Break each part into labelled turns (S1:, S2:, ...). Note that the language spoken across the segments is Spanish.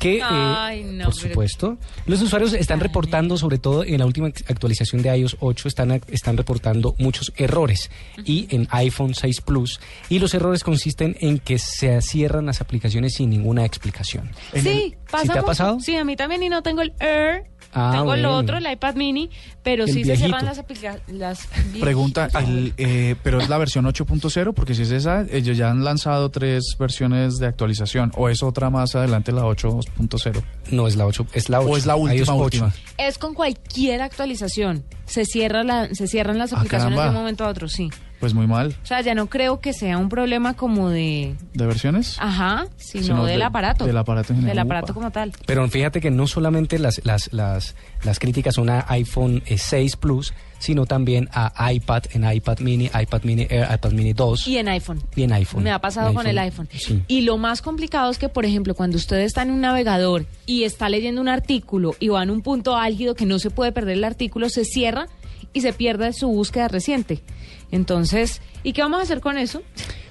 S1: que eh,
S2: Ay, no,
S1: por
S2: pero-
S1: supuesto los usuarios están reportando sobre todo en la última actualización de iOS 8 están ac- están reportando muchos errores y en iPhone 6 Plus y los errores consisten en que se cierran las aplicaciones sin ninguna explicación. En
S2: Sí,
S1: el-
S2: pasa
S1: ¿Sí te ha
S2: mucho.
S1: pasado?
S2: Sí, a mí también y no tengo el Air,
S1: Ah,
S2: tengo
S1: bueno.
S2: lo otro, el iPad mini, pero
S1: El
S2: sí se
S1: viejito.
S2: cerran las aplicaciones. Las...
S3: Pregunta, al, eh, pero es la versión 8.0, porque si es esa, ellos ya han lanzado tres versiones de actualización, o es otra más adelante la 8.0.
S1: No es la 8, es la 8.
S3: O es la última,
S1: iOS 8.
S3: última.
S2: Es con cualquier actualización. Se, cierra la, se cierran las
S3: Ah,
S2: aplicaciones de un
S3: caramba.
S2: momento a otro, sí.
S3: Pues muy mal.
S2: O sea, ya no creo que sea un problema como de...
S3: ¿De versiones?
S2: Ajá, sino,
S3: Sino
S2: del
S3: de-
S2: aparato.
S3: del aparato en
S2: Del
S3: general.
S2: aparato
S3: Upa.
S2: como tal.
S1: Pero fíjate que no solamente las, las, las, las críticas son a iPhone eh, 6 Plus, sino también a iPad, en iPad mini, iPad mini Air, iPad mini 2
S2: Y en iPhone.
S1: y en iPhone.
S2: Me ha pasado
S1: En
S2: con el iPhone.
S1: Sí.
S2: Y lo más complicado es que, por ejemplo, cuando usted está en un navegador y está leyendo un artículo y va en un punto álgido que no se puede perder el artículo, se cierra y se pierde su búsqueda reciente. Entonces, ¿y qué vamos a hacer con eso?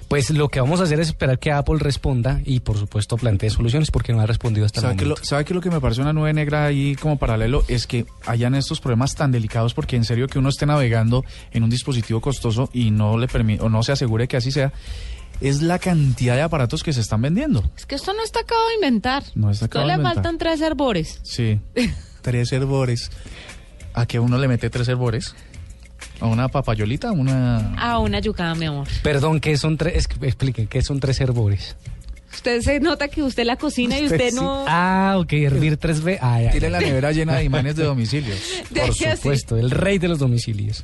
S1: Pues lo que vamos a hacer es esperar que Apple responda y por supuesto plantee soluciones porque no ha respondido hasta el
S3: ¿Sabe qué,
S1: momento.
S3: lo, sabe qué lo que me parece una nube negra ahí como paralelo? Es que hayan estos problemas tan delicados porque en serio que uno esté navegando en un dispositivo costoso y no le permi- o no se asegure que así sea, es la cantidad de aparatos que se están vendiendo.
S2: Es que esto no está acabado de inventar.
S3: No está
S2: Esto
S3: acabado de
S2: le
S3: inventar.
S2: faltan tres arbores.
S3: Sí. tres herbores. ¿A que uno le mete tres herbores? ¿A una papayolita? ¿A una...?
S2: A una yucada, mi amor.
S1: Perdón, ¿qué son tres? es- Expliquen, ¿qué son tres herbores?
S2: Usted se nota que usted la cocina y
S3: Usted
S2: usted
S3: sí.
S2: no...
S1: Ah, ok, hervir tres veces. Ah, ya, ya.
S3: Tiene la nevera llena de imanes de domicilio.
S2: Deje
S1: Por
S2: así.
S1: supuesto, el rey de los domicilios.